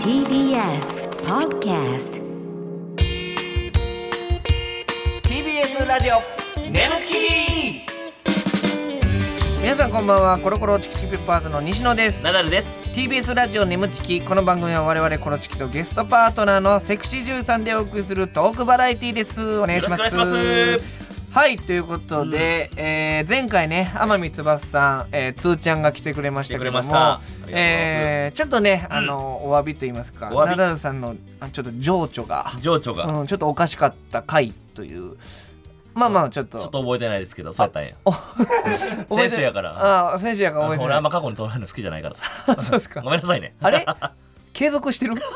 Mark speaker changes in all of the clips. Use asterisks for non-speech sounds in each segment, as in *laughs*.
Speaker 1: TBS Podcast
Speaker 2: TBS ラジオ
Speaker 3: ネムチキ
Speaker 2: 皆さんこんばんはコロコロチキチキペッパーズの西野です
Speaker 3: ナダルです。
Speaker 2: TBS ラジオネムチキこの番組は我々コロチキとゲストパートナーのセクシージュさんでお送りするトークバラエティですお願いします
Speaker 3: よろしくお願いし
Speaker 2: はいということで、えー前回ね天海翼さん、えー、つーちゃんが来てくれましたけども
Speaker 3: 来てくれましたありがとうございます
Speaker 2: えーちょっとねあの、お詫びと言いますか
Speaker 3: お詫び
Speaker 2: ナダルさんのあちょっと情緒が、
Speaker 3: 情緒が、
Speaker 2: うん、ちょっとおかしかった回というまあまあちょっと
Speaker 3: ちょっと覚えてないですけど、そうやったんや。
Speaker 2: 覚えて
Speaker 3: 先週やから
Speaker 2: ああ先週やから
Speaker 3: あ
Speaker 2: 覚え
Speaker 3: の
Speaker 2: て
Speaker 3: 俺あん
Speaker 2: ない
Speaker 3: ま過去に捉えるの好きじゃないからさ。 *laughs*
Speaker 2: そうっすか
Speaker 3: ごめんなさいね。
Speaker 2: あれ継続してる *laughs*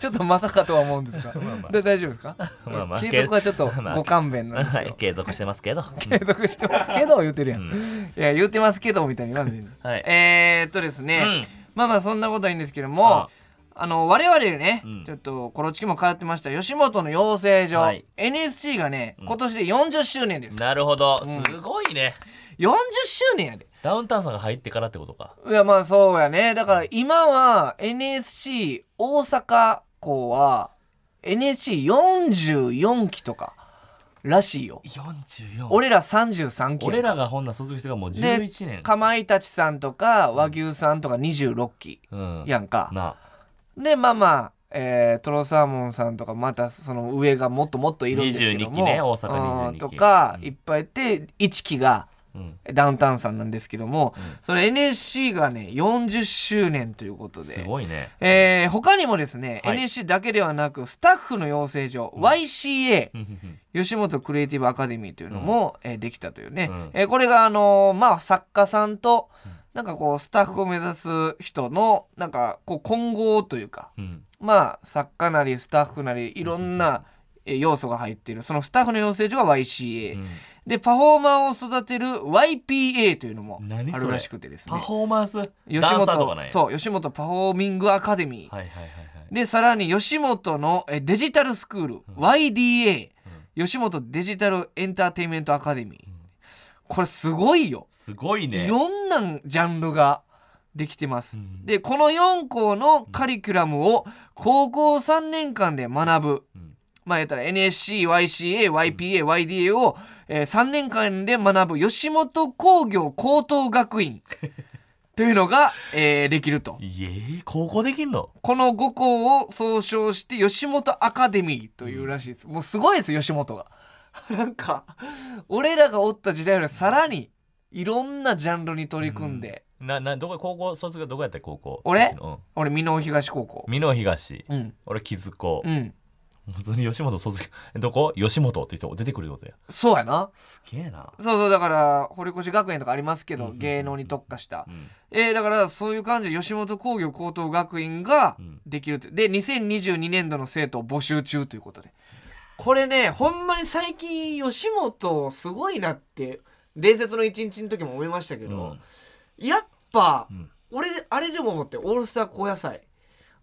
Speaker 2: ちょっとまさかとは思うんですが、で大丈夫ですか、
Speaker 3: まあまあ
Speaker 2: 継続はちょっと
Speaker 3: まあ
Speaker 2: ご勘弁なんですけ
Speaker 3: は
Speaker 2: ど
Speaker 3: い、継続してます
Speaker 2: *laughs*
Speaker 3: けど。
Speaker 2: 継続してますけど言ってるやん、
Speaker 3: うん
Speaker 2: いや言ってますけどみたいに言わんでいいの
Speaker 3: はい
Speaker 2: えーっとですね、
Speaker 3: うん
Speaker 2: まあまあそんなことはいいんですけども
Speaker 3: あ
Speaker 2: あの我々ね、
Speaker 3: うん
Speaker 2: ちょっとコロチキも通ってました吉本の養成所、
Speaker 3: はい
Speaker 2: NSC がね今年で40周年です、
Speaker 3: なるほど、すごいね。
Speaker 2: 40周年やで
Speaker 3: ダウンタウンさんが入ってからってことか。
Speaker 2: いやまあそうやねだから今は NSC 大阪校は NSC44 期とからしいよ
Speaker 3: 44。
Speaker 2: 俺ら33期やん
Speaker 3: 俺らがほんな卒業してからもう
Speaker 2: で
Speaker 3: 11年。
Speaker 2: かまいたちさんとか和牛さんとか26期
Speaker 3: うん。
Speaker 2: やんか、
Speaker 3: な
Speaker 2: でまあまあえー、トロサーモンさんとかまたその上がもっともっといるんですけども
Speaker 3: 22期ね大阪22期
Speaker 2: うんとかいっぱいいて1期が
Speaker 3: うん。
Speaker 2: ダウンタウンさんなんですけども、それ NSC がね40周年ということです
Speaker 3: ごいね。
Speaker 2: えー他にもですね、
Speaker 3: はい
Speaker 2: NSC だけではなくスタッフの養成所、YCA
Speaker 3: うんうん
Speaker 2: 吉本クリエイティブアカデミーというのも、えーできたというね、
Speaker 3: うん
Speaker 2: えーこれがあのーまあ作家さんとなんかこうスタッフを目指す人のなんかこう混合というか
Speaker 3: うん。
Speaker 2: まあ作家なりスタッフなりいろんなえー要素が入っているそのスタッフの養成所が YCA、
Speaker 3: うん
Speaker 2: でパフォーマーを育てる YPA というのも
Speaker 3: 何
Speaker 2: あ
Speaker 3: それ
Speaker 2: るらしくてです
Speaker 3: パ
Speaker 2: ね
Speaker 3: フォーマンスダン
Speaker 2: 吉
Speaker 3: サーとかな
Speaker 2: 本
Speaker 3: い
Speaker 2: そう吉本パフォーミングアカデミー、
Speaker 3: はいはいはいはい。
Speaker 2: でさらに吉本のえデジタルスクール、YDA、吉本デジタルエンターテインメントアカデミー、これすごいよ、
Speaker 3: すごいね
Speaker 2: い。ろんなジャンルができてます、
Speaker 3: うん
Speaker 2: でこの4校のカリキュラムを高校3年間で学ぶ、
Speaker 3: うん
Speaker 2: まあ言ったら NSCYCAYPAYDA を、え3年間で学ぶ吉本工業高等学
Speaker 3: *laughs*
Speaker 2: 院というのが、えーできると
Speaker 3: いえ、高校できんの
Speaker 2: この5校を総称して吉本アカデミーというらしいです、もうすごいです吉本が *laughs* なんか俺らがおった時代よりさらにいろんなジャンルに取り組んで、
Speaker 3: な、な、どこ、高校卒業どこやったっけ高校。
Speaker 2: 俺
Speaker 3: うん。
Speaker 2: 俺箕面東高校
Speaker 3: 美濃東。
Speaker 2: うん
Speaker 3: 俺、木津子
Speaker 2: う。ん
Speaker 3: 普通に吉本卒業。 *laughs* えどこ吉本って人出てくるってことや。
Speaker 2: そうやな
Speaker 3: すげえな。
Speaker 2: そうそうだから堀越学園とかありますけど、芸能に特化した、えーだからそういう感じで吉本興業高等学院が
Speaker 3: うん
Speaker 2: できるってで2022年度の生徒を募集中ということでこれねほんまに最近吉本すごいなって伝説の一日の時も思いましたけど、やっぱ、
Speaker 3: ん
Speaker 2: 俺あれでも思ってオールスター高野菜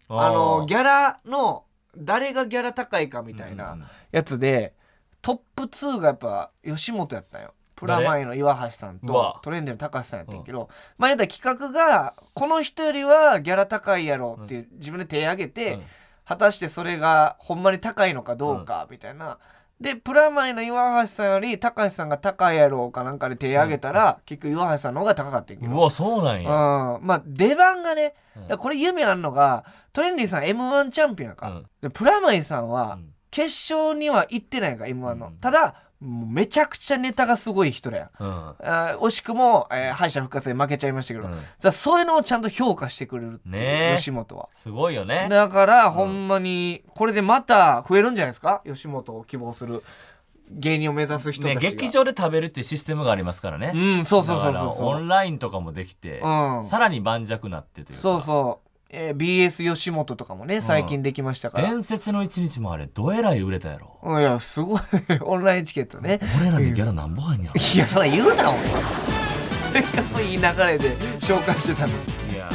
Speaker 3: あ
Speaker 2: あのギ
Speaker 3: ャ
Speaker 2: ャラの誰がギャラ高いかみたいなやつで、トップ2がやっぱ吉本やったんよプラマイの岩橋さん
Speaker 3: う
Speaker 2: と
Speaker 3: わ
Speaker 2: トレンディの高橋さんやったんやけど、まあ言ったら企画がこの人よりはギャラ高いやろっていう自分で手挙げて、
Speaker 3: うん
Speaker 2: 果たしてそれがほんまに高いのかどうかみたいな。でプラマイの岩橋さんより高橋さんが高いやろうかなんかで手挙げたら、結局岩橋さんの方が高かったんやけど
Speaker 3: うわ、そうなんや。
Speaker 2: うん、まあ出番がね、
Speaker 3: うん
Speaker 2: だからこれ夢あるのがトレンディさん m 1チャンピオンやから、
Speaker 3: うん
Speaker 2: でプラマイさんは
Speaker 3: うん
Speaker 2: 決勝には行ってないから m 1の、
Speaker 3: うん
Speaker 2: ただもうめちゃくちゃネタがすごい人だよ
Speaker 3: うん。
Speaker 2: あー惜しくも、えー敗者復活で負けちゃいましたけど、
Speaker 3: うん
Speaker 2: さそういうのをちゃんと評価してくれるっていう、
Speaker 3: ねえ
Speaker 2: 吉本は
Speaker 3: すごいよね。
Speaker 2: だからほんまにこれでまた増えるんじゃないですか吉本を希望する芸人を目指す人たち
Speaker 3: ね
Speaker 2: が、
Speaker 3: 劇場で食べるっていうシステムがありますからね。
Speaker 2: うんそうそうそう
Speaker 3: だ
Speaker 2: そう
Speaker 3: から
Speaker 2: そう
Speaker 3: オンラインとかもできて、
Speaker 2: うん
Speaker 3: さらに盤石なってというか。
Speaker 2: そうそう、えー BS 吉本とかもね最近できましたから、
Speaker 3: 伝説の一日もあれ、どえらい売れたやろ。
Speaker 2: うんいやすごい *laughs* オンラインチケットね
Speaker 3: 俺らにギャラなんぼ入んやろ。
Speaker 2: いやそら言うなお前せっかくいい流れで紹介してたのに
Speaker 3: いや。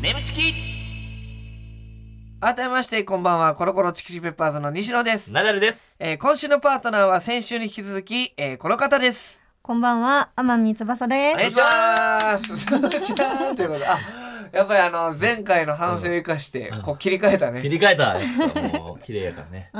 Speaker 3: ネムチキ
Speaker 2: 改めましてこんばんはコロコロチキシペッパーズの西野です、
Speaker 3: ナダルです。
Speaker 2: えー今週のパートナーは先週に引き続き、えーこの方です
Speaker 4: こんばんは、天海翼
Speaker 2: お
Speaker 4: で
Speaker 2: 願い
Speaker 4: す。
Speaker 2: します。じゃーんということで *laughs* あ、やっぱりあの前回の反省を生かしてこう切り替えたね
Speaker 3: 切。り替えたやっぱもう綺麗やからね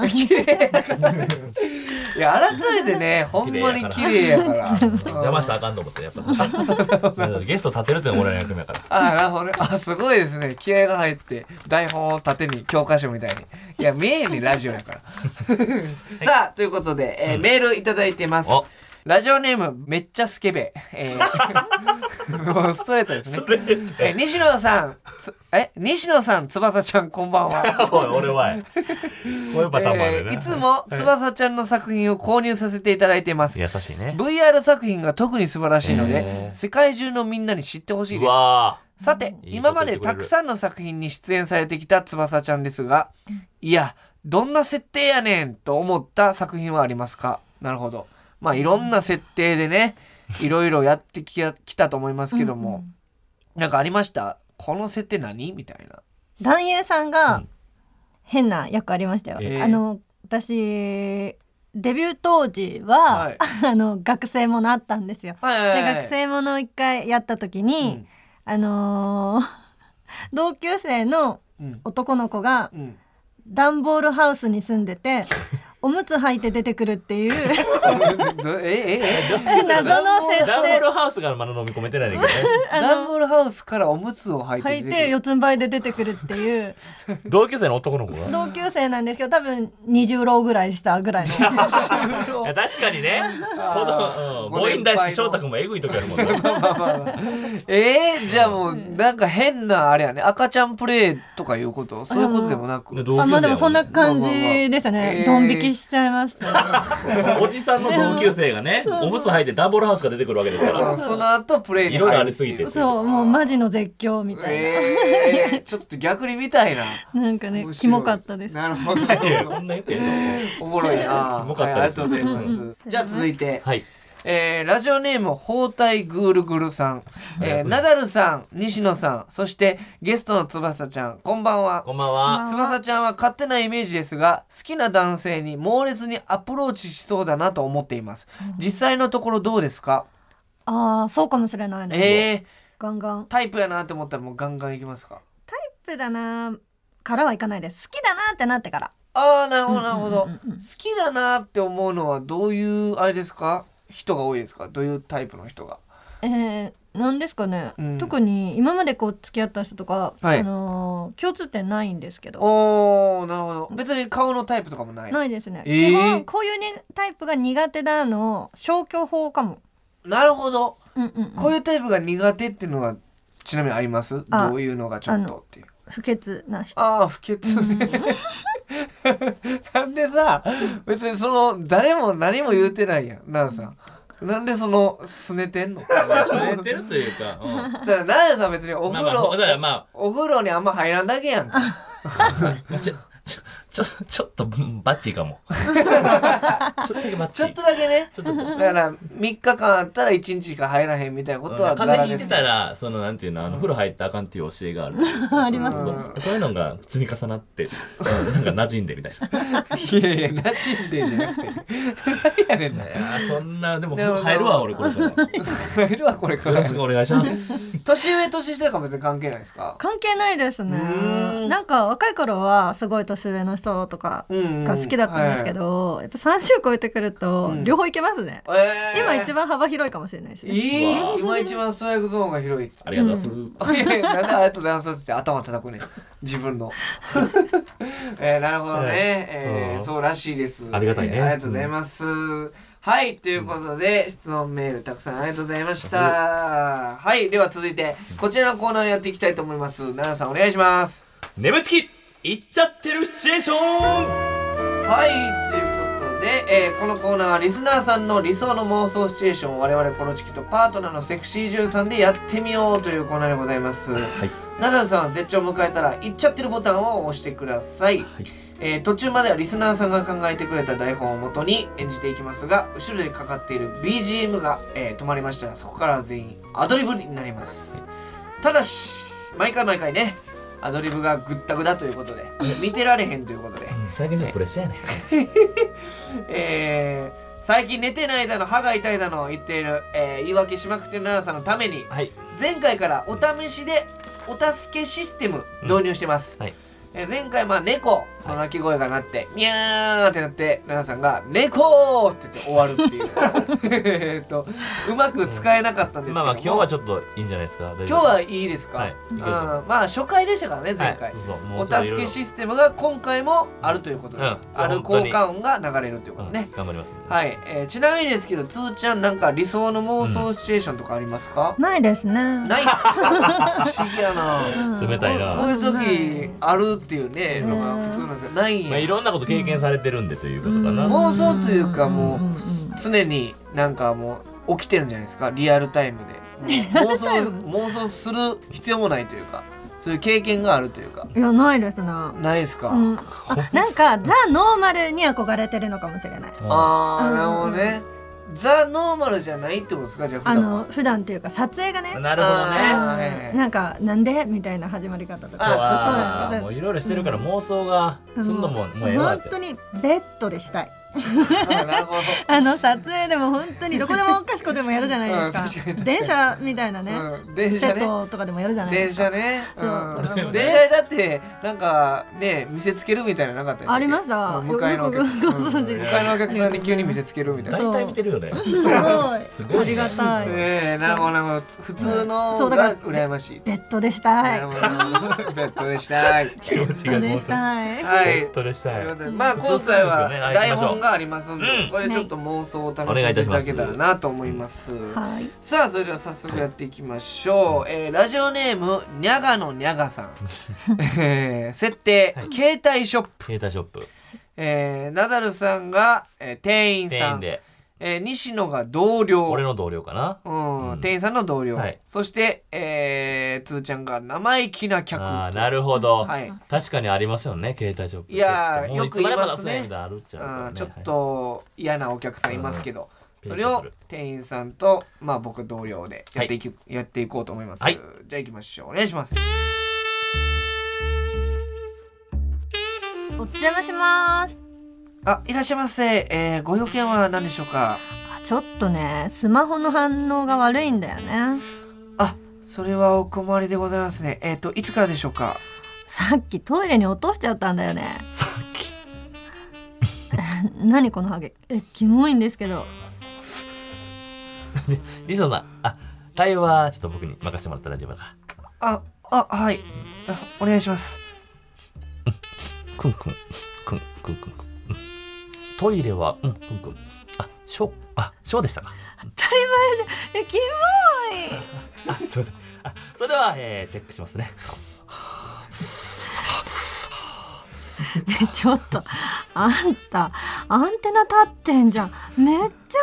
Speaker 2: いや改めてね、ほんま *laughs* に綺麗やから。
Speaker 3: 邪魔したらあかんと思ってやっぱ *laughs* ゲスト立てるっていうのが俺の役目やから
Speaker 2: あなるほどね。あ、すごいですね。気合が入って、台本を縦に教科書みたいに。いや、メールにラジオやから。さあ、ということで、えーメールいただいてます
Speaker 3: お。
Speaker 2: ラジオネーム、めっちゃスケベ。えー *laughs* もうストレートですね。えー西野さん、つえ、西野さん、翼ちゃん、こんばんは。
Speaker 3: おい俺はこういうパターンもあるよ
Speaker 2: え
Speaker 3: ね
Speaker 2: ーいつも翼ちゃんの作品を購入させていただいてます。
Speaker 3: 優しいね
Speaker 2: VR 作品が特に素晴らしいので、
Speaker 3: えー
Speaker 2: 世界中のみんなに知ってほしいうです。
Speaker 3: わ
Speaker 2: さて
Speaker 3: いいこと
Speaker 2: 今までたくさんの作品に出演されてきた翼ちゃんですがいやどんな設定やねんと思った作品はありますかなるほどまあいろんな設定でねいろいろやってきやきたと思いますけども、なんかありましたこの設定何みたいな
Speaker 4: 男優さんが変な役ありましたよ。
Speaker 2: ええ
Speaker 4: あの私デビュー当時は、
Speaker 2: はい
Speaker 4: *laughs* あの学生ものあったんですよ。
Speaker 2: はいは
Speaker 4: で
Speaker 2: いはい
Speaker 4: 学生ものを一回やった時
Speaker 2: う
Speaker 4: に
Speaker 2: ん、
Speaker 4: あのー同級生の
Speaker 2: うん
Speaker 4: 男の子が *laughs*
Speaker 2: うん
Speaker 4: 段ボールハウスに住んで *laughs* ておむつ履いて *laughs* 出てくるっていう
Speaker 2: どええええ
Speaker 4: 謎の設
Speaker 3: ダンボー
Speaker 4: 定
Speaker 3: ルハウスからまだ飲み込めてないんだけ
Speaker 2: ダンボールハウスからおむつを履いて
Speaker 4: 履い
Speaker 2: 出
Speaker 4: て
Speaker 2: て
Speaker 4: 四つん這いで出てくるっていう
Speaker 3: どね同級生の男の子が
Speaker 4: 同級生なんですけど多分20浪ぐらいしたぐら
Speaker 2: *laughs*
Speaker 4: いの
Speaker 2: くる
Speaker 3: いや確かにね子供うん
Speaker 2: ご年配
Speaker 3: ボ
Speaker 2: の
Speaker 3: イン大好き翔太君もえぐい時あるもんね
Speaker 2: えー、じゃあもうなんか変なあれやね赤ちゃんプレイとかいうことそういうことでもなく
Speaker 3: ね同級生
Speaker 4: あまあでもそんな
Speaker 3: や
Speaker 4: 感じでした
Speaker 2: まあまあまあ
Speaker 4: ね
Speaker 2: えー
Speaker 4: ドン引きしちゃいま
Speaker 2: *laughs*
Speaker 4: したね
Speaker 3: もん *laughs* おじさんの同級生がねおむつ履いてダンボールハウスから出てくるわけですか
Speaker 2: うん
Speaker 3: ら
Speaker 2: その後プレイに入る
Speaker 3: いろいろありすぎて
Speaker 4: そうもうマジの絶叫みたいな、
Speaker 2: えー、ちょっと逆に見たいな
Speaker 4: なんかね
Speaker 2: 面白い
Speaker 4: キモかったです
Speaker 2: なるほど
Speaker 3: いやいやこんな言ってんの
Speaker 2: おもろい
Speaker 3: *laughs*
Speaker 2: な
Speaker 3: キモかったです
Speaker 2: はいありがとうございますじゃあ続いて、
Speaker 3: はい
Speaker 2: えーラジオネーム包帯グールグルさん、えーナダルさん西野さんそしてゲストの翼ちゃんこんばんは
Speaker 3: こんばんは
Speaker 2: 翼ちゃんは勝手なイメージですが好きな男性に猛烈にアプローチしそうだなと思っています実際のところどうですか
Speaker 4: ああそうかもしれないね、
Speaker 2: えー、
Speaker 4: ガンガン
Speaker 2: タイプやなって思ったらもうガンガンいきますか
Speaker 4: タイプだなからはいかないです好きだなってなってから
Speaker 2: ああなるほどなるほど好きだなって思うのはどういうあれですか人が多いですかどういうタイプの人が
Speaker 4: えー、なんですかね、
Speaker 2: うん
Speaker 4: 特に今までこう付き合った人とか、
Speaker 2: はい
Speaker 4: あのー共通点ないんですけど
Speaker 2: おーなるほど別に顔のタイプとかもない
Speaker 4: ないですね、
Speaker 2: えー
Speaker 4: 基本こういう、ね、タイプが苦手なの消去法かも、
Speaker 2: なるほど
Speaker 4: うんうんうん、
Speaker 2: こういうタイプが苦手っていうのはちなみにあります
Speaker 4: あ
Speaker 2: どういうのがちょっとっていう
Speaker 4: 不潔な人
Speaker 2: ああ不潔ねなんでさ別にその誰も何も言うてないやん奈々さんなんでそのすねてんのだか
Speaker 3: 忘れてるというか、うんま
Speaker 2: ら奈々さん別にお
Speaker 3: あま
Speaker 2: 風
Speaker 3: あほだから
Speaker 2: 呂
Speaker 3: まあ
Speaker 2: お風呂にあんま入らんだけやんか
Speaker 3: ちょ、ちょ、ちょ、ちょっと、うんバッチー
Speaker 2: *laughs*
Speaker 3: かも。ちょっとだけバッチ
Speaker 2: ちょっ
Speaker 3: ー。
Speaker 2: とだけね
Speaker 3: ちょっと、
Speaker 2: だから3日間あったら1日しか入らへんみたいなことはザ
Speaker 3: 風
Speaker 2: ラ
Speaker 3: 邪ひ
Speaker 2: で
Speaker 3: いて
Speaker 2: す
Speaker 3: たら、その、なんていうの、あの、風呂入ったらあかんっていう教えがある。
Speaker 4: *laughs* あります
Speaker 3: そうそうそういうのが積み重なって、うんなんか馴染んでみたいな。
Speaker 2: *laughs* いやいや馴染んでんじゃなくて何やねんない
Speaker 3: やーそんな、でも、
Speaker 2: でも
Speaker 3: 入るわ、俺、これから。よ
Speaker 2: 入るわこれから
Speaker 3: ろしくお願いします。
Speaker 2: 年上年下とか別に関係ないですか
Speaker 4: 関係ないですね
Speaker 2: うーん
Speaker 4: なんか若い頃はすごい年上の人とかが好きだったんですけど、やっぱ30超えてくると
Speaker 2: うん
Speaker 4: 両方いけますね、
Speaker 2: えー
Speaker 4: 今一番幅広いかもしれないですね
Speaker 2: いい
Speaker 3: わあ
Speaker 2: 今一番ストライクゾーンが広いっつっ
Speaker 3: あ
Speaker 2: て
Speaker 3: りがとうございま
Speaker 2: *laughs*
Speaker 3: す。
Speaker 2: いやいやなんであれとダンスって頭叩くねん自分の *laughs* えーなるほどね、えー
Speaker 3: うん
Speaker 2: そうらしいです
Speaker 3: ありがたいね
Speaker 2: えーありがとうございます、はいということで、質問メールたくさんありがとうございました、はいでは続いてこちらのコーナーやっていきたいと思います奈々さんお願いします
Speaker 3: 眠ちき行っちゃってるシチュエーション
Speaker 2: はいということで、えーこのコーナーはリスナーさんの理想の妄想シチュエーションを我々コロチキとパートナーのセクシー女優さんでやってみようというコーナーでございます、ナダルさんは絶頂を迎えたら「行っちゃってる」ボタンを押してください、えー途中まではリスナーさんが考えてくれた台本をもとに演じていきますが後ろでかかっている BGM が、えー止まりましたらそこから全員アドリブになりますただし毎回毎回ねアドリブがぐったぐだということで見てられへんということで
Speaker 3: 最近じゃプレッシャーやね。
Speaker 2: え最近寝てないだの歯が痛いだの言っている、えー言い訳しまくってる奈良さんのために
Speaker 3: はい
Speaker 2: 前回からお試しでお助けシステム導入してます、
Speaker 3: はい
Speaker 2: えー前回まあ猫の鳴き声が鳴って、にゃーってなって奈々さんが「猫!」って言って終わるっていう *laughs* えーっとうまく使えなかったんですけど
Speaker 3: まあ
Speaker 2: も
Speaker 3: まあ今日はちょっといいんじゃないですか今
Speaker 2: 今日はいいですか、
Speaker 3: はい
Speaker 2: うんまあ初回でしたからね前回、お助けシステムが今回もあるということで、
Speaker 3: うん
Speaker 2: ある交換音が流れるということね、
Speaker 3: 頑張りますんで
Speaker 2: はい、えーちなみにですけどつーちゃんなんか理想の妄想シチュエーションとかありますか、
Speaker 4: ないですね。
Speaker 2: ない *laughs* 不思議やな
Speaker 4: うん
Speaker 3: 冷たい
Speaker 2: こ
Speaker 3: な
Speaker 2: うこういう時あるっていうねのが普通なんですよないんや
Speaker 3: まあいろんなこと経験されてるんでということかな、
Speaker 4: うん
Speaker 2: 妄想というかもう
Speaker 4: うん
Speaker 2: 常になんかもう起きてるんじゃないですかリアルタイムでもう
Speaker 4: *laughs*
Speaker 2: 妄想妄想する必要もないというかそういう経験があるというか
Speaker 4: いやないですね。
Speaker 2: ないですか、
Speaker 4: うん、あなんかザ・ノーマルに憧れてるのかもしれない
Speaker 2: あー
Speaker 4: うん
Speaker 2: なるほどね、ザ・ノーマルじゃないってことですかじゃあ普
Speaker 4: あ
Speaker 2: 段
Speaker 4: の普段っていうか撮影がね
Speaker 3: なるほどね
Speaker 2: あーはいはい
Speaker 4: うんなんかなんでみたいな始まり方と
Speaker 2: あ
Speaker 4: か
Speaker 3: あ
Speaker 4: そうそう
Speaker 3: もういろいろしてるから妄想が
Speaker 4: うん
Speaker 3: すんのももうええわっ
Speaker 4: 本
Speaker 3: て
Speaker 4: 当にベッドでしたい
Speaker 2: *laughs* あなるほど
Speaker 4: あの撮影でも本当にどこでもおかしくでもやるじゃないです
Speaker 2: うん確か
Speaker 4: か
Speaker 2: に確かに
Speaker 4: 電車みたいなね
Speaker 2: うん電
Speaker 4: セ
Speaker 2: 車
Speaker 4: ッ
Speaker 2: ね
Speaker 4: トとかでもやるじゃないで
Speaker 2: 電
Speaker 4: すか
Speaker 2: 車ね、う
Speaker 4: そうだからも
Speaker 2: ん、
Speaker 4: う
Speaker 2: 電車にだってなんかね見せつけるみたいなのなかったでっけ
Speaker 4: ありました
Speaker 2: うん向かいのお客さん
Speaker 4: よくご存知
Speaker 2: うん向かいのお客さんに急に見せつけるみたいな
Speaker 4: そう
Speaker 3: 大体見てるよね
Speaker 4: すごい
Speaker 3: すごい
Speaker 4: ありがたい
Speaker 2: ええなるほどなるほど普通
Speaker 4: そ
Speaker 2: の
Speaker 4: うだから
Speaker 2: が羨ましい、
Speaker 4: ベッドでした
Speaker 2: ないる
Speaker 4: ベ
Speaker 2: ほどベッドでしたい
Speaker 3: 気持ち
Speaker 4: ッ
Speaker 3: が
Speaker 4: ドでしたい
Speaker 2: はい
Speaker 3: 本当でした
Speaker 2: と
Speaker 3: い
Speaker 2: いうことでまあ今回は
Speaker 3: そうですよねはい
Speaker 2: 台本がありますんで
Speaker 3: うん
Speaker 2: これちょっと妄想を楽しんでいただけたらなと思います
Speaker 4: はい
Speaker 2: さあそれでは早速やっていきましょう、えーラジオネームにゃがのにゃが
Speaker 3: *laughs*
Speaker 2: さん、えー設定、携帯ショップ、
Speaker 3: 携帯ショップ
Speaker 2: えーナダルさんが、えー店員
Speaker 3: 店
Speaker 2: さん
Speaker 3: 員で
Speaker 2: えー西野が同僚
Speaker 3: 俺の同僚かな
Speaker 2: うん
Speaker 3: うん
Speaker 2: 店員さんの同僚、
Speaker 3: はい
Speaker 2: そして、えー、つーちゃんが生意気な客
Speaker 3: あーなるほど、
Speaker 2: はい
Speaker 3: 確かにありますよね携帯ショップ
Speaker 2: いやー
Speaker 3: ちょっともう
Speaker 2: よく言いますね
Speaker 3: つまでも出せないみたいなのあるっちゃうからね
Speaker 2: うんちょっと嫌なお客さんいますけど、
Speaker 3: うん
Speaker 2: それを店員さんと、まあ、僕同僚でやっていき、やっていこうと思います、
Speaker 3: はい
Speaker 2: じゃあ行きましょうお願いします
Speaker 4: お邪魔します
Speaker 2: あいらっしゃいませ、えー、ご用件は何でしょうか
Speaker 4: あちょっとねスマホの反応が悪いんだよね
Speaker 2: あそれはお困りでございますねえっ、といつからでしょうか
Speaker 4: さっきトイレに落としちゃったんだよね
Speaker 3: さっき
Speaker 4: 何このハゲえキモいんですけど
Speaker 3: リソさんあ対応はちょっと僕に任せてもらったら大丈夫だか
Speaker 2: ああはいあお願いします
Speaker 3: らくんくんくんくんくんくんうんトイレはうんくんくんあショーあショーでしたか
Speaker 4: 当たり前じゃんえキモい
Speaker 3: あそうだあそれでは、えーチェックしますね
Speaker 4: ね *laughs* ちょっとあんたアンテナ立ってんじゃんめっちゃ反応するじ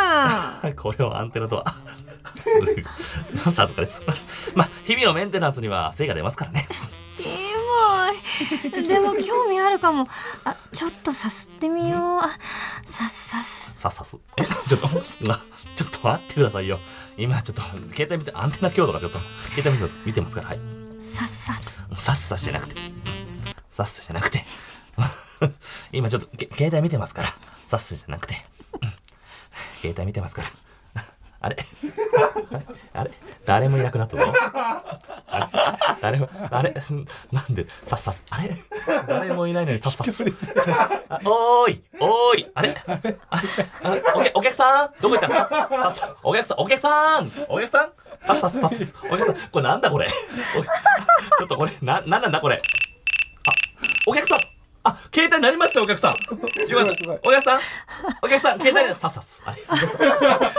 Speaker 4: ゃん
Speaker 3: はいこれをアンテナとはするさすがですまあ日々のメンテナンスには精が出ますからね
Speaker 4: キモいでも興味あるかもあちょっとさすってみようあさすさす
Speaker 3: さっさっすえちょっとなちょっと待ってくださいよ今ちょっと携帯見てアンテナ強度がちょっと携帯見てます見てますからはい
Speaker 4: さすさす
Speaker 3: さっさじゃなくてさっさじゃなくて *laughs* 今ちょっとけ携帯見てますからさっさじゃなくて携帯見てますから *laughs* あれ *laughs* あれ誰もいなくなったぞあれ誰もあれなんでさっさすあれ誰もいないのにさっさす *laughs* あおーいおーいあれああお客お客さんどこ行ったさっさっさお客さんお客さんお客さんさっさっさっすお客さんこれなんだこれおちょっとこれ、な、なんなんだこれ。あ、お客さん。あ、携帯鳴りましたよお客さん。よかった。お客さん。お客さん、携帯で、さっさっす。あれお客さん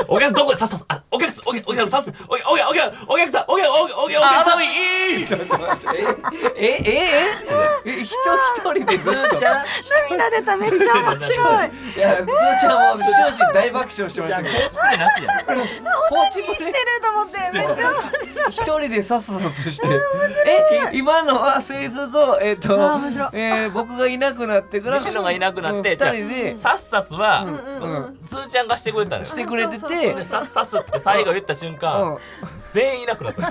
Speaker 3: お客さん、どこ、さっさっす。あ、お客さん、お客お客さん、さっす。お客、お客、お客、お客さん、お客、お客、お客、お客さん。いい。
Speaker 2: ええええ人一人でずっ *laughs* と
Speaker 4: 涙出ためっちゃ面 *laughs* 白い
Speaker 2: いや、ずーちゃんは終始大爆笑してましたけど、
Speaker 3: なしや
Speaker 2: 放置
Speaker 4: して
Speaker 2: も
Speaker 4: る
Speaker 2: ね、
Speaker 4: と思ってめっちゃ面
Speaker 2: 一人でさっささして。え、今のはセリフと、えっと
Speaker 4: あー面白い、
Speaker 2: えー僕がいなくなってから。
Speaker 3: 西野がいなくなって、
Speaker 2: うん二人で。
Speaker 3: さっさすは、
Speaker 2: うん、
Speaker 3: つーちゃんがしてくれたのよ
Speaker 2: し。てくれてて。
Speaker 3: でさっさすって最後言った瞬間、
Speaker 2: う
Speaker 3: 全員いなくなった。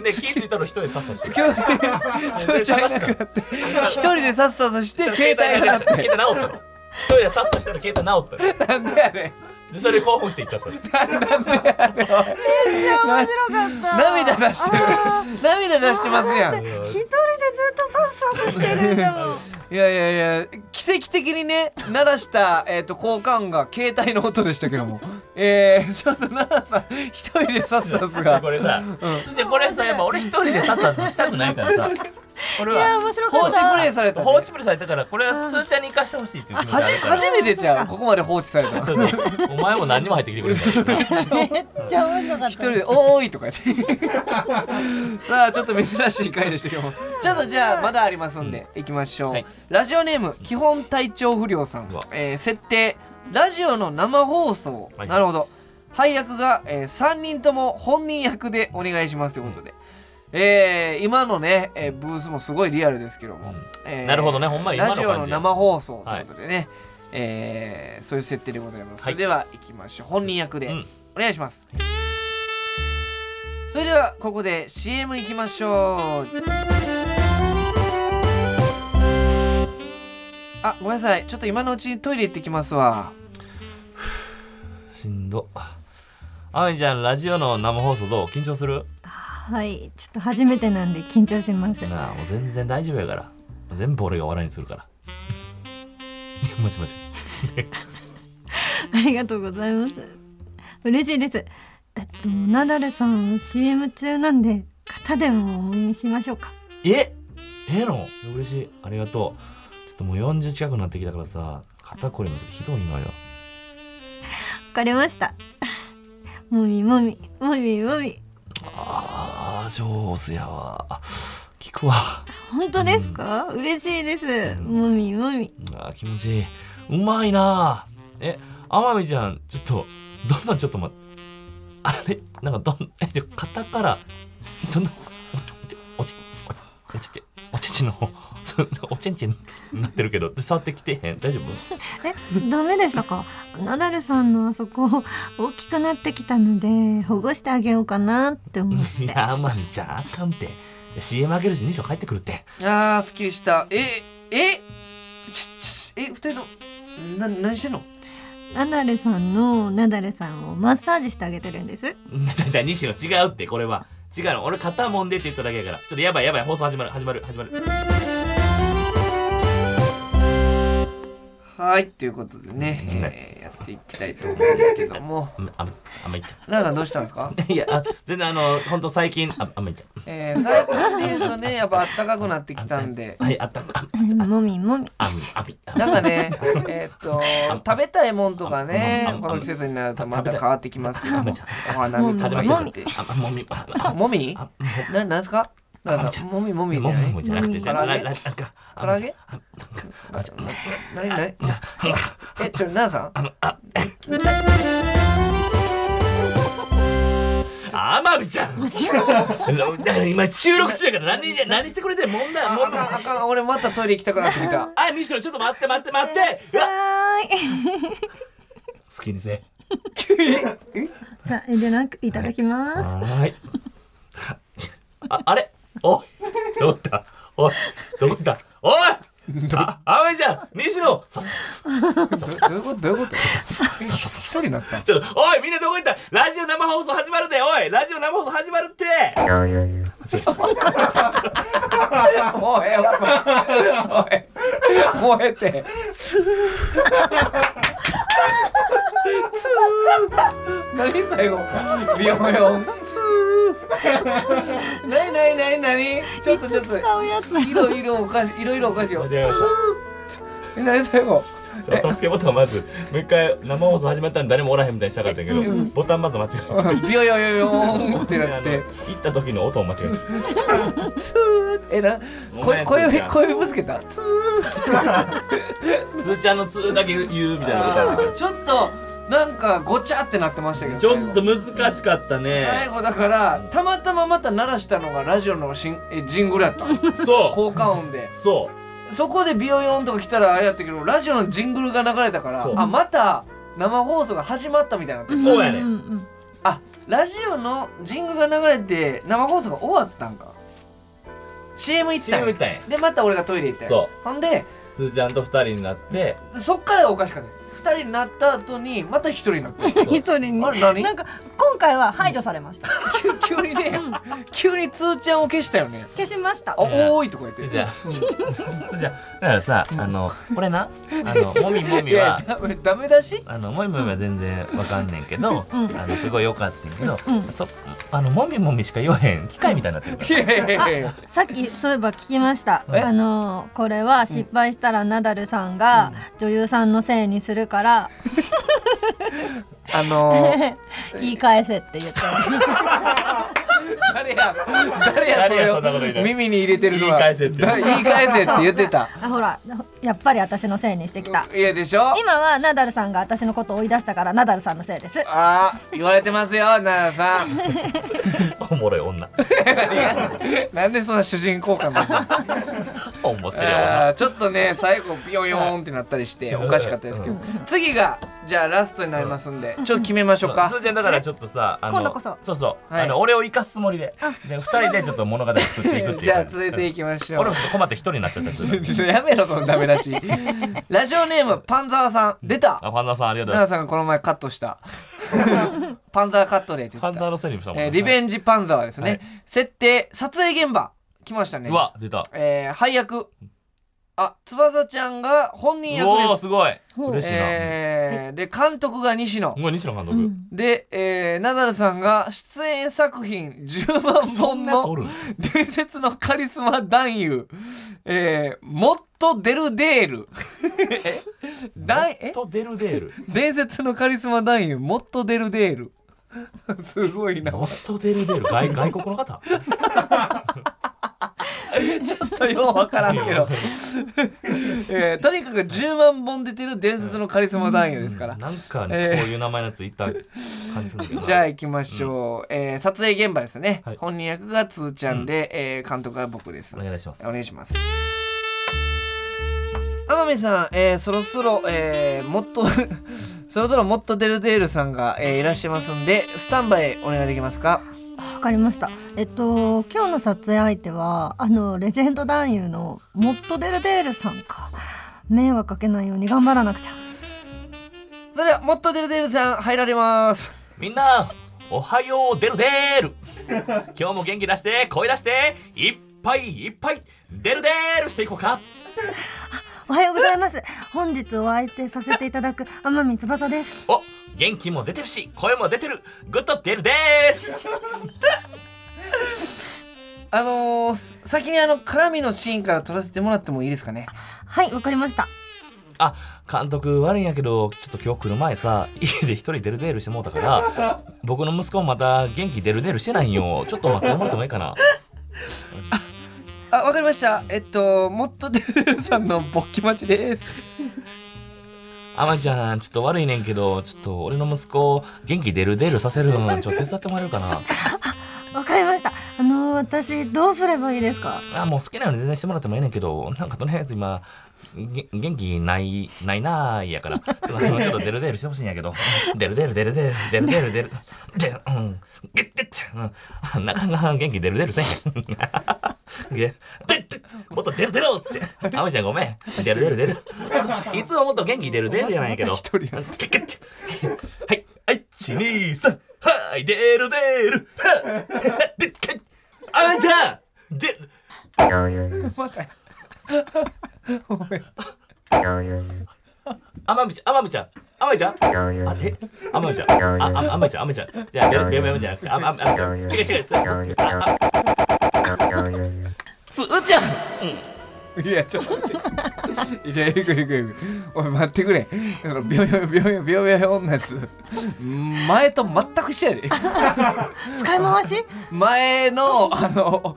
Speaker 3: で、気づいたら一人でさっさ
Speaker 2: *laughs*
Speaker 3: してる。
Speaker 2: ん、今日、つーちゃんいなくなって、一人でさっさとして、携帯がなっ
Speaker 3: 携
Speaker 2: て。
Speaker 3: 帯直ったの。一人でさっさしたら携帯治ったの
Speaker 2: なんでやね
Speaker 3: でそれで興奮していっちゃったの
Speaker 4: 面白かった
Speaker 2: 涙出してる涙出してますやんい
Speaker 4: 一人でずっとさっさとしてるん *laughs* だもん
Speaker 2: やいやいや奇跡的にね鳴らした、えー、と交換が携帯の音でしたけども *laughs* えー、ちょっと奈良さん一人でさっさすが
Speaker 3: これさ、じゃあこれさやっぱ俺一人でさっさとしたくないからさこれ
Speaker 4: いや
Speaker 3: は
Speaker 4: 面白
Speaker 2: 放
Speaker 4: かっ
Speaker 2: 置
Speaker 4: た
Speaker 2: プレイされた、ね、
Speaker 3: 放置プレイされたからこれは通ちゃんに生かしてほしいっていう気持ちが
Speaker 2: は
Speaker 3: あ
Speaker 2: じ
Speaker 3: るから
Speaker 2: 初めてじゃんここまで放置されたの
Speaker 3: お前も何にも入ってきてくれないからさ
Speaker 4: めっちゃ面白かった
Speaker 2: 一人で「おーい」とか言って
Speaker 3: *laughs*
Speaker 2: さあちょっと珍しい回でしたけどもちょっとじゃあまだありますんで、いきましょう、
Speaker 3: はい
Speaker 2: ラジオネーム基本体調不良さん
Speaker 3: うわ、
Speaker 2: えー設定ラジオの生放送、
Speaker 3: はい
Speaker 2: なるほど配役が、え3人とも本人役でお願いしますということで、えー今のね、えーブースもすごいリアルですけども、
Speaker 3: うん
Speaker 2: えー
Speaker 3: なるほどねほんま今の
Speaker 2: ラ
Speaker 3: 感
Speaker 2: ジ
Speaker 3: じ
Speaker 2: オの生放送ということでね、えーそういう設定でございます、
Speaker 3: はい
Speaker 2: それでは行きましょう本人役で、
Speaker 3: うん
Speaker 2: お願いしますそれではここで CM 行きましょうあごめんなさいちょっと今のうちにトイレ行ってきますわ
Speaker 3: しんどあみちゃんラジオの生放送どう緊張する
Speaker 4: はいちょっと初めてなんで緊張します
Speaker 3: なあもう全然大丈夫やから全部俺が笑いにするから *laughs* いやもちもち
Speaker 4: ありがとうございます。嬉しいです。えっと、ナダルさん CM 中なんで、肩でもお見しましょうか。
Speaker 3: えええの嬉しいありがとうちょっともう40近くなってきたからさ肩こりもちょっとひどいのよ
Speaker 4: わかりました。 *laughs* もみもみ、もみもみ。
Speaker 3: ああ上手やわあ聞くわ
Speaker 4: 本当ですか、嬉しいです。もみもみ。
Speaker 3: あー気持ちいいうまいなえ天海ちゃんちょっとどんどんちょっと待ってあれなんかどんえじゃ肩からそんなおちおちおちおちおちんちんの方そんなおちんちんになってるけどで触ってきてへん大丈夫
Speaker 4: え、ダメでしたかナダルさんのあそこ、大きくなってきたので、保護してあげようかなって思っ
Speaker 3: *laughs*
Speaker 4: て。
Speaker 3: いや天海ちゃんあかんて CM あげるし西野帰ってくるって
Speaker 2: あーすっきりしたええちちえ二人のな何してんの
Speaker 4: ナダルさんのナダルさんをマッサージしてあげてるんです。
Speaker 3: じゃあじゃあ西野違うってこれは違うの俺肩もんでって言っただけやからちょっとやばいやばい放送始まる始まる始まる
Speaker 2: はいということ
Speaker 3: *laughs*
Speaker 2: でね、えーやっていきたいと思うんですけども
Speaker 3: うんあんあんまりちゃん
Speaker 2: 奈良さんどうしたんですか
Speaker 3: いや、あ全然あの、本当最近、あ、あんまりちゃ
Speaker 2: えー、最近で言うと *laughs* ねやっぱ暖かくなってきたんで
Speaker 3: ん。はい、あったか。
Speaker 4: もみもみ。
Speaker 3: あ、あみ、あみ。あ
Speaker 2: なんかねえーっと食べたいもんとかね
Speaker 3: あ
Speaker 2: この季節になるとまた
Speaker 3: 食べたい
Speaker 2: 変わってきますけど
Speaker 3: あ
Speaker 2: も
Speaker 3: じゃ
Speaker 2: お花見とか行って
Speaker 3: あ、もみ、あ、あ、
Speaker 2: もみ
Speaker 3: あ
Speaker 2: ななんですかなんかさもみもみじゃない
Speaker 3: もみじゃなくて、じゃあ、
Speaker 2: 唐揚
Speaker 3: ら、
Speaker 2: げ
Speaker 3: ら、なんか。
Speaker 2: 唐揚げなななにえちょななさん
Speaker 3: あまみちゃん。 *laughs* だから今収録中だから、何、何してくれてん、もんだ、
Speaker 2: あ
Speaker 3: も
Speaker 2: あ
Speaker 3: ん
Speaker 2: かん
Speaker 3: だ。
Speaker 2: あかん俺またトイレ行きたくなってき *laughs* た
Speaker 3: あ、西野、ちょっと待って、待って、待って。うわ
Speaker 4: はーい。
Speaker 3: 好きにせ。
Speaker 4: じゃあ、遠慮なくいただきます。
Speaker 3: はーい。あ、あれおい、どこだおい、どこだおいあ、あめちゃん西野さささ
Speaker 2: どどういうことどういうこと
Speaker 3: さささ
Speaker 2: 一
Speaker 3: さ
Speaker 2: 人になった
Speaker 3: ちょっと、おい、みんなどこ行ったラジオ生放送始まるで、おいラジオ生放送始まるって
Speaker 2: もうええわそれもうええってつーつー何最後ビヨヨンつーなになになになにちょっとちょっと
Speaker 4: 使うやつ。
Speaker 2: いろいろおかしいいろいろおかしいよ
Speaker 3: 間違えました
Speaker 2: え何最後
Speaker 3: ちょっと助けボタンまず、もう一回生放送始まったんで誰もおらへんみたいにしたかったんやけど、ボタンまず間違えた。
Speaker 2: ビヨヨヨヨーンってなっ
Speaker 3: あの
Speaker 2: て
Speaker 3: 行った時の音を間違えた。
Speaker 2: つーえな声声声ぶつけたつー
Speaker 3: つーちゃんのつーだけ言うみたいなことあるけど
Speaker 2: ちょっとなんかごちゃってなってましたけど
Speaker 3: ちょっ
Speaker 2: 最後
Speaker 3: と難しかったね。
Speaker 2: 最後だからたまたままた鳴らしたのがラジオのしんえジングルやった効
Speaker 3: そ
Speaker 2: 果音で
Speaker 3: う。そ
Speaker 2: そこでビヨヨンとか来たらあれやったけどラジオのジングルが流れたから
Speaker 3: そう
Speaker 2: あまた生放送が始まったみたいになって
Speaker 3: う。そうやね。
Speaker 4: うんん
Speaker 2: あラジオのジングルが流れて生放送が終わったんか CM 行ったん
Speaker 3: CM
Speaker 2: や
Speaker 3: 行ったんや。
Speaker 2: でまた俺がトイレ行ったんや
Speaker 3: そ
Speaker 2: ほんで
Speaker 3: つーちゃんと二人になって
Speaker 2: そっからがおかしかった二人になった後にまた一人になった
Speaker 4: 一人に
Speaker 2: あれ何
Speaker 4: なんか今回は排除されました
Speaker 2: 急にね急につーちゃんを消したよね
Speaker 4: 消しました
Speaker 2: あおーいとか言って
Speaker 3: じゃあ
Speaker 2: うん
Speaker 3: じゃあだ *laughs* からさあのこれなあのもみもみ
Speaker 2: いや
Speaker 3: は
Speaker 2: ダメダメだし
Speaker 3: あのもみもみは全然わかんねんけど、
Speaker 4: うん
Speaker 3: あのすごい良かったんやけど、
Speaker 4: うん
Speaker 3: そあのもみもみしか言わへん機械みたいになってるから
Speaker 2: いやいやいやいや
Speaker 4: さっきそういえば聞きました
Speaker 2: え
Speaker 4: あのーこれは失敗したらナダルさんが女優さんのせいにする
Speaker 2: *laughs*
Speaker 4: から、
Speaker 2: あのー
Speaker 4: 言い返せって言って
Speaker 2: 誰や誰やそ
Speaker 3: 誰
Speaker 2: れ
Speaker 3: やそ
Speaker 2: を
Speaker 3: んなこと言うの
Speaker 2: 耳に入れてるのは
Speaker 3: 言い返せって
Speaker 2: だ言い返せって言って
Speaker 3: *laughs*
Speaker 2: た
Speaker 4: あほらやっぱり私のせいにしてきた
Speaker 2: いやでしょ
Speaker 4: 今はナダルさんが私のことを追い出したからナダルさんのせいです
Speaker 2: あー言われてますよ奈良さん
Speaker 3: おもろい女
Speaker 2: なんでそんな主人公感出してんの
Speaker 3: 面白い女
Speaker 2: あーちょっとね最後ビヨンヨーンってなったりして
Speaker 3: はい
Speaker 2: おかしかったですけど
Speaker 3: うん
Speaker 2: 次がじゃあラストになりますんでちょっと決めましょう
Speaker 3: そう
Speaker 2: か
Speaker 3: すーちゃんだからちょっとさあの
Speaker 4: 今度こそ
Speaker 3: そうそう、
Speaker 2: はい
Speaker 3: あの俺を生かすつもりでで二人でちょっと物語作っていくってい
Speaker 2: *laughs*
Speaker 3: う
Speaker 2: じゃあ続いていきましょ
Speaker 3: 俺
Speaker 2: う
Speaker 3: もちょっと困って一人になっちゃったりする
Speaker 2: *laughs* やめろそのダメだしラジオネームパンザワさん出た
Speaker 3: あパンダさんありがとうご
Speaker 2: 奈良
Speaker 3: ざいます
Speaker 2: さんがこの前カットした *laughs* パンザワカットでって言
Speaker 3: パン
Speaker 2: っ
Speaker 3: ダ
Speaker 2: た
Speaker 3: のせいにもしたもんね、
Speaker 2: えーリベンジパンザワです
Speaker 3: はい
Speaker 2: ね設定撮影現場来ましたね
Speaker 3: うわ出た
Speaker 2: えー配役あ翼ちゃんが本人役
Speaker 3: おお
Speaker 2: です
Speaker 3: すごい
Speaker 4: ほう
Speaker 3: 嬉しいな、
Speaker 2: えーで監督が西野
Speaker 3: すごい西野監
Speaker 4: う
Speaker 3: 督、
Speaker 4: ん
Speaker 2: で、えーナダルさんが出演作品10万
Speaker 3: そ
Speaker 2: 本
Speaker 3: んなやつお
Speaker 2: の
Speaker 3: るん
Speaker 2: 伝説のカリスマ男優、えー、モット・デルデー
Speaker 3: *laughs*
Speaker 2: ル *laughs* えだいえ
Speaker 3: とデルデール
Speaker 2: 伝説のカリスマ男優モット・デルデール *laughs* すごいなちょ
Speaker 3: モットデルデル外外国の方
Speaker 2: っとようわからんけ
Speaker 3: *laughs*
Speaker 2: ど、えーとにかく10万本出てる伝説のカリスマ男優ですから
Speaker 3: なんかね、
Speaker 2: えー
Speaker 3: こういう名前のやついった感じするんだけどな
Speaker 2: じゃあ行きましょう、えー撮影現場ですね、
Speaker 3: はい
Speaker 2: 本人役がつーちゃんで、えー監督が僕です
Speaker 3: お願いします
Speaker 2: お願いします天海さん、えーそろそろ、えーもっと *laughs* そろそろもっとデルデールさんが、えーいらっしゃいますんでスタンバイお願いできますか
Speaker 4: わかりましたえっと今日の撮影相手はあのレジェンド男優のモットデルデールさんか迷惑かけないように頑張らなくちゃ
Speaker 2: それではもっとデルデールさん入られます
Speaker 3: みんなおはようデルデール今日も元気出して声出していっぱいいっぱいデルデールしていこうか
Speaker 4: おはようございます本日お相手させていただく天海翼です
Speaker 3: お元気も出てるし声も出てるグッドデルデール
Speaker 2: あのーす先にあの絡みのシーンから撮らせてもらってもいいですか *laughs* ね
Speaker 4: はいわかりました
Speaker 3: あ監督悪いんやけどちょっと今日来る前さ家で一人デルデールしてもうたから僕の息子もまた元気デルデールしてないんよちょっと待ってもらってもいいかな
Speaker 2: あわかりましたえっともっとデルデールさんの勃起待ちです
Speaker 3: あまちゃん、ちょっと悪いねんけど、ちょっと俺の息子、元気出る出るさせるん、ちょっと手伝ってもらえるかな。
Speaker 4: わかりましたあの私どうすればいいですか
Speaker 3: あ、もう好きなように全然してもらってもいいねんけど、なんかとりあえず今、げ元気ない、ないなーいやから、 *laughs* ちょっとあのちょっと出る出るしてほしいんやけど、出る出る出る出る出る出る出る、で、うん、げってって、うん、なかなか元気出る出るせえへん。 *laughs* げでってもっと出る出ろっつって、あまちゃんごめん、出る出る出る。いつももっと元気出る出るやないけど。
Speaker 2: 一人やん
Speaker 3: キュッキュッてはい、はい、一二三、はい、出る出る、はい、でっかい、あじゃあ、で、
Speaker 2: またや *laughs* お前
Speaker 3: あまみちゃん、あまみちゃん、あまみちゃん、あれ、あまみちゃん、あ、あ、あまみちゃん、あまみちゃん、じゃあ、やめやめじゃなくて、あ、あ、あ、あ、違う違う、あ、あ、つうちゃん、
Speaker 2: いや、ちょっと待って。いや、行く行く行く。おい、待ってくれ。あの、ビョビョビョビョビョ女やつ。前と全く一緒やで。
Speaker 4: 使い回 *laughs* し
Speaker 2: 前の、あの、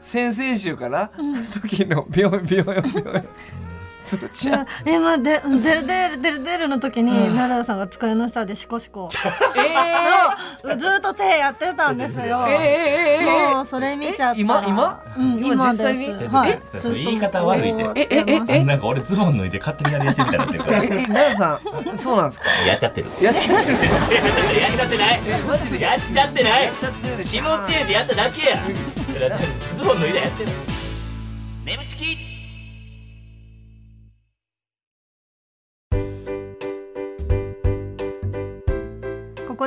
Speaker 2: 先々週かな、時のビョビョビョビョ。つるち
Speaker 4: い
Speaker 2: ゃん。
Speaker 4: や今でデルデルデルデルの時に奈良さんが机の下でシコシコ
Speaker 2: え
Speaker 4: ずっと手やってたんですよ
Speaker 2: ー、えー、えー、えー、え
Speaker 4: も
Speaker 2: ー
Speaker 4: うそれ見ちゃったら
Speaker 2: え今今
Speaker 4: うん、
Speaker 2: 今
Speaker 4: 今
Speaker 2: 実際に
Speaker 4: です
Speaker 3: え
Speaker 4: はい
Speaker 3: え言い方悪いって
Speaker 4: ずっとこうやってます
Speaker 2: え
Speaker 3: なんか俺ズボン脱いで勝手にやりやすいみたいになってるから
Speaker 2: え、え、奈良さん、そうなんですか
Speaker 3: やっちゃってる。
Speaker 2: やっちゃってる。
Speaker 3: やっちゃってる、やっちゃってない。やっちゃってない
Speaker 2: やっ。ちゃってるでし
Speaker 3: 気
Speaker 2: ょ。
Speaker 3: 持ちいいでやっただけやズボン脱いでやってる眠ちき
Speaker 4: こ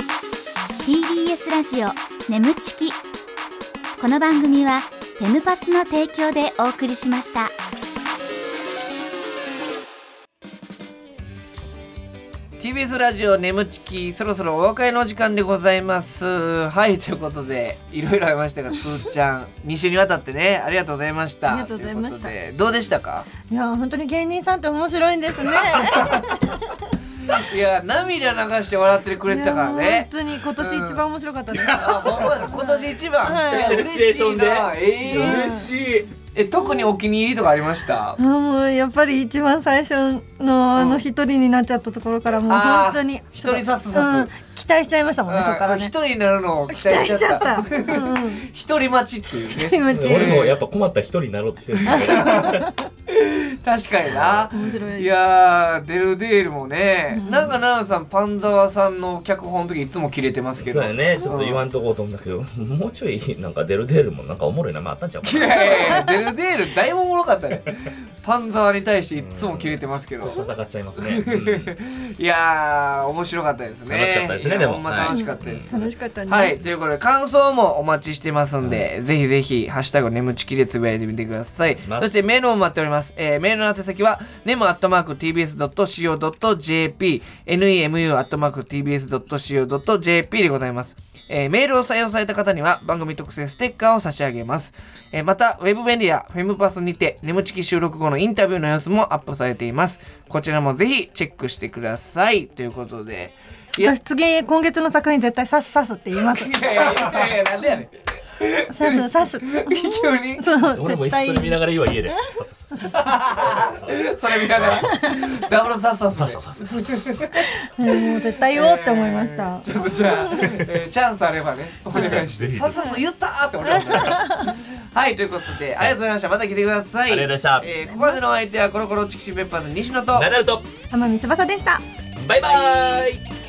Speaker 5: ー TBS ラジオ眠ちきこの番組はフェムパスの提供でお送りしました。
Speaker 2: TBS ラジオ眠ちきそろそろお別れの時間でございますはいということでいろいろありましたがつーちゃん2週にわたってねありがとうございました
Speaker 4: ありがとうございました
Speaker 2: ということでどうでしたか
Speaker 4: いやー本当に芸人さんって面白いん *laughs* ですね
Speaker 2: いや涙流して笑ってくれてたから
Speaker 4: いやー
Speaker 2: ね
Speaker 4: 本当に今年一番面白かったです、
Speaker 2: あほんまだ今年一番、
Speaker 4: はい
Speaker 2: いや嬉し
Speaker 6: シ
Speaker 2: いな
Speaker 6: チュエーションで
Speaker 2: えー
Speaker 6: 嬉しい
Speaker 2: え特にお気に入りとかありました
Speaker 4: あーもうやっぱり一番最初のあの一人になっちゃったところからもう
Speaker 2: あ
Speaker 4: 本
Speaker 2: ー
Speaker 4: 当に
Speaker 2: 一人さすさす
Speaker 4: うん、期待しちゃいましたもんねそこから
Speaker 2: あ一
Speaker 4: ね
Speaker 2: 人になるのを期
Speaker 4: 期
Speaker 2: 待
Speaker 4: 待
Speaker 2: し
Speaker 4: し
Speaker 2: ち
Speaker 4: ち
Speaker 2: ゃ
Speaker 4: ゃ
Speaker 2: っ
Speaker 4: ったたうんうん
Speaker 2: 一人待ちっていうね
Speaker 4: 今
Speaker 3: 俺もやっぱ困った一人になろうとしてるんだけど
Speaker 2: 確かにな
Speaker 4: 面白い
Speaker 2: いやーデルデールもね、
Speaker 4: うん
Speaker 2: なんか奈々さんパンザワさんの脚本の時いつもキレてますけど
Speaker 3: *laughs* そうやねちょっと言わんとこうと思うんだけどもうちょいなんかデルデルもなんかおもろいなまああったんちゃうか
Speaker 2: い
Speaker 3: な
Speaker 2: やいやいやデルデールだいぶおもろかった
Speaker 3: *laughs*
Speaker 2: ねパンザワに対していつもキレてますけど
Speaker 3: 戦っちゃいますね、うん
Speaker 2: いやー面白かったですね
Speaker 3: 楽しかったですね
Speaker 2: いや
Speaker 3: でも
Speaker 2: ほんま
Speaker 3: はい
Speaker 2: 楽しかったです、
Speaker 4: 楽しかったね、
Speaker 2: はい、ということで感想もお待ちしてますんで、ぜひぜひ「ハッシュタグ眠ちき」でつぶやいてみてください
Speaker 3: ます
Speaker 2: そしてメールも待っております、えーメールの宛先は nemu.tbs.co.jp nemu.tbs.co.jp でございますえーメールを採用された方には番組特製ステッカーを差し上げます。えーまた、ウェブメディア、フェムパスにて、ネムチキ収録後のインタビューの様子もアップされています。こちらもぜひチェックしてください。ということで。いや
Speaker 4: 私次今月の作品絶対刺す刺すって言い
Speaker 2: *laughs*
Speaker 4: ます
Speaker 2: いやいやいやいや、なんでやねん。
Speaker 4: 刺す刺す
Speaker 2: 急に
Speaker 4: そう
Speaker 3: 俺も
Speaker 4: 絶
Speaker 3: そ
Speaker 4: 対
Speaker 3: れ見ながら言うわ家でそうそうそう
Speaker 2: それ見ながらダブルサッサッサ
Speaker 3: そうそう
Speaker 4: うんもう絶対言おうって思いました
Speaker 2: ちょっとじゃあ、えーチャンスあればねお願いし
Speaker 3: ぜ
Speaker 2: て
Speaker 3: ひ
Speaker 2: さっさと言ったーって思いましたはいということでありがとうございましたまた来てください
Speaker 3: ありがとうございました
Speaker 2: えーここまでのお相手はコロコロチキシペッパーズ西野と
Speaker 3: ナダルと
Speaker 4: 天海翼でした
Speaker 3: バイバイ